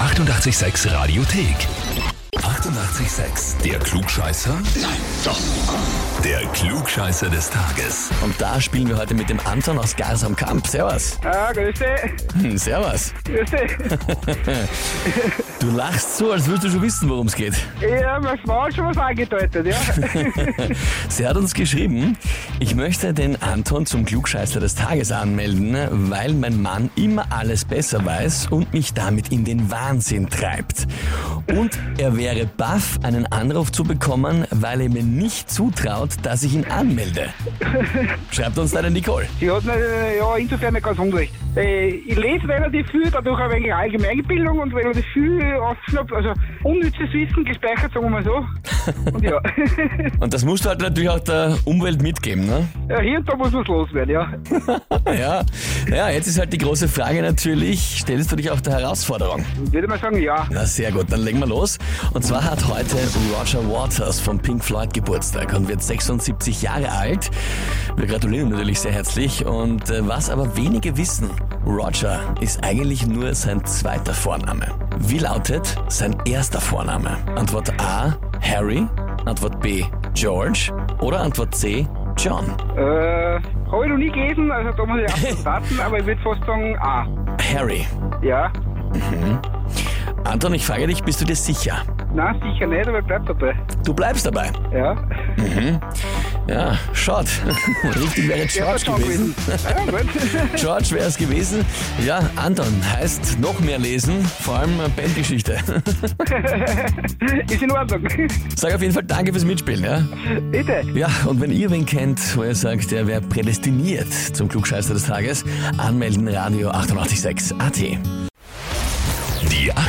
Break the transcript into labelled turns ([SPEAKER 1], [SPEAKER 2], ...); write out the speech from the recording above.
[SPEAKER 1] 886 Radiothek. 88,6. Der Klugscheißer? Nein, doch. Der Klugscheißer des Tages.
[SPEAKER 2] Und da spielen wir heute mit dem Anton aus Gars am Kamp. Servus.
[SPEAKER 3] Ah, grüß dich,
[SPEAKER 2] Hm, servus.
[SPEAKER 3] grüß dich.
[SPEAKER 2] Du lachst so, als würdest du schon wissen, worum es geht.
[SPEAKER 3] Ich äh, habe mir vorhin schon was angedeutet, ja.
[SPEAKER 2] Sie hat uns geschrieben, ich möchte den Anton zum Klugscheißer des Tages anmelden, weil mein Mann immer alles besser weiß und mich damit in den Wahnsinn treibt. Und er wäre baff, einen Anruf zu bekommen, weil er mir nicht zutraut, dass ich ihn anmelde. Schreibt uns deine Nicole.
[SPEAKER 3] Sie hat mir, äh, ja, insofern nicht ganz unrecht. Äh, ich lese relativ viel, dadurch ein wenig Allgemeinbildung und relativ viel aufgeschnappt, also unnützes Wissen gespeichert, sagen wir mal so. Und ja,
[SPEAKER 2] Und das musst du halt natürlich auch der Umwelt mitgeben, ne?
[SPEAKER 3] ja hier und da muss was loswerden, ja.
[SPEAKER 2] Ja, ja, jetzt ist halt die große Frage natürlich, stellst du dich auch der Herausforderung?
[SPEAKER 3] Würde man sagen, ja.
[SPEAKER 2] Na sehr gut, dann legen wir los. Und zwar hat heute Roger Waters von Pink Floyd Geburtstag und wird 76 Jahre alt. Wir gratulieren ihm natürlich sehr herzlich. Und äh, was aber wenige wissen, Roger ist eigentlich nur sein zweiter Vorname. Wie lautet sein erster Vorname? Antwort A, Harry. Antwort B, George. Oder Antwort C, John.
[SPEAKER 3] Äh, habe ich noch nie gelesen, also da muss ich auch warten, aber ich würde fast sagen, ah,
[SPEAKER 2] Harry.
[SPEAKER 3] ja.
[SPEAKER 2] Anton, ich frage dich, bist du dir sicher?
[SPEAKER 3] Nein, sicher nicht, aber bleibt dabei.
[SPEAKER 2] Du bleibst dabei.
[SPEAKER 3] Ja.
[SPEAKER 2] Ja, Shot. Richtig wäre George
[SPEAKER 3] schon
[SPEAKER 2] gewesen.
[SPEAKER 3] Ja, gut.
[SPEAKER 2] George wäre es gewesen. Ja, Anton heißt noch mehr lesen, vor allem äh, Bandgeschichte.
[SPEAKER 3] Ist in Ordnung.
[SPEAKER 2] Sag auf jeden Fall danke fürs Mitspielen, ja?
[SPEAKER 3] Bitte.
[SPEAKER 2] Ja, und wenn ihr wen kennt, wo ihr sagt, der wäre prädestiniert zum Klugscheißer des Tages, anmelden Radio 886 AT.
[SPEAKER 1] Die